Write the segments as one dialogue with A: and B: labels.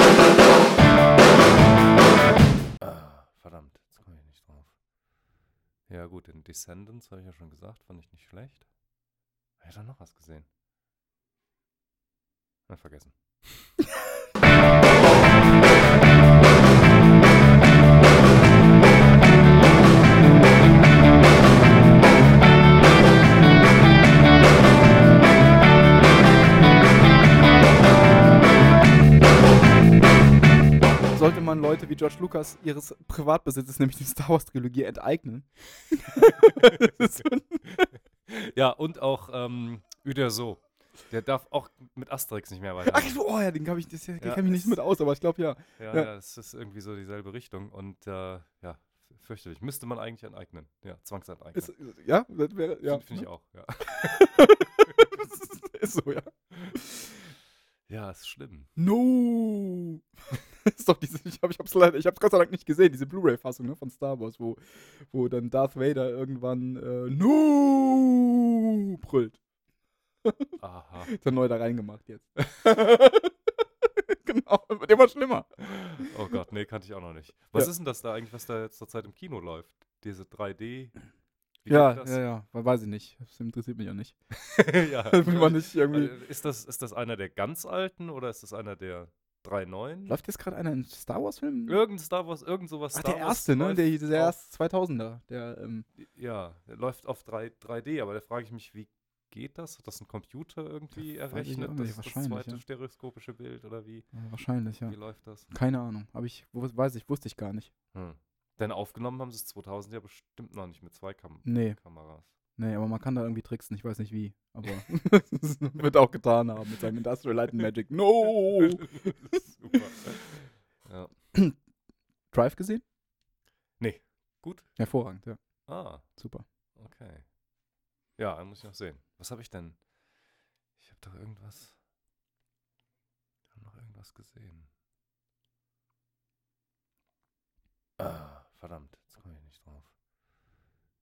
A: Ah, Ja, gut, den Descendants habe ich ja schon gesagt, fand ich nicht schlecht. Habe ich da noch was gesehen? Na, vergessen.
B: Sollte man Leute wie George Lucas ihres Privatbesitzes, nämlich die Star Wars Trilogie, enteignen? Das ist so ein-
A: Ja, und auch ähm, Uder So. Der darf auch mit Asterix nicht mehr weiter.
B: Ach, oh ja, den kann ich, das, den
A: Ja,
B: kann ich nicht
A: es-
B: mit aus, aber ich glaube ja.
A: Ja,
B: Ja.
A: ja, es ist irgendwie so dieselbe Richtung und äh, ja, fürchterlich. Müsste man eigentlich enteignen. Ja, zwangsenteignen.
B: Ist, ja, das wäre, ja.
A: Finde find ich auch, ja.
B: Ist so, ja.
A: Ja, ist schlimm.
B: No! ist doch diese, ich habe ich hab's leider, ich hab's Gott sei Dank nicht gesehen, diese Blu-ray-Fassung ne, von Star Wars, wo, wo dann Darth Vader irgendwann äh, No! brüllt.
A: Aha.
B: Ist dann neu da reingemacht jetzt. genau, wird immer schlimmer.
A: Oh Gott, nee, kannte ich auch noch nicht. Was
B: Ja.
A: ist denn das da eigentlich, was da jetzt zurzeit im Kino läuft? Diese 3D. Wie geht
B: Ja,
A: das?
B: ja, ja, we- weiß ich nicht. Das interessiert mich ja nicht.
A: ja.
B: Will man nicht irgendwie.
A: Äh, Ist das, ist das einer der ganz alten oder ist das einer der drei neuen?
B: Läuft jetzt gerade einer in Star Wars-Film?
A: Irgend Star Wars, irgend sowas.
B: Ach,
A: Star
B: der
A: Wars
B: erste, ne?
A: läuft
B: Der, der
A: auf,
B: erst 2000er. Der, ähm,
A: Ja, der läuft auf 3, 3D, aber da frage ich mich, wie geht das? Hat das ein Computer irgendwie
B: Ja, weiß ich
A: errechnet?
B: auch nicht,
A: Das, das
B: wahrscheinlich,
A: zweite
B: ja.
A: stereoskopische Bild oder wie?
B: ja, wahrscheinlich, ja.
A: Wie läuft das?
B: Keine Ahnung. Aber ich wo- weiß ich, wusste ich gar nicht.
A: Hm. Denn aufgenommen haben sie es 2000 ja bestimmt noch nicht mit zwei Kam
B: Nee.
A: Kameras.
B: Nee, aber man kann da irgendwie tricksen, ich weiß nicht wie. Aber das wird auch getan haben mit seinem Industrial Light and Magic. No!
A: Super. ja.
B: Drive gesehen?
A: Nee. Gut.
B: Hervorragend, ja.
A: Ah,
B: Super.
A: okay. Ja, dann muss ich noch sehen. Was habe ich denn? Ich habe doch irgendwas. Ich habe noch irgendwas gesehen. Ah, verdammt, jetzt komme ich nicht drauf.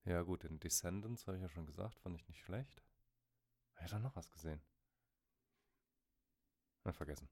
A: Ja, gut, den Descendants habe ich ja schon gesagt, fand ich nicht schlecht. Habe ich da noch was gesehen? Na, vergessen.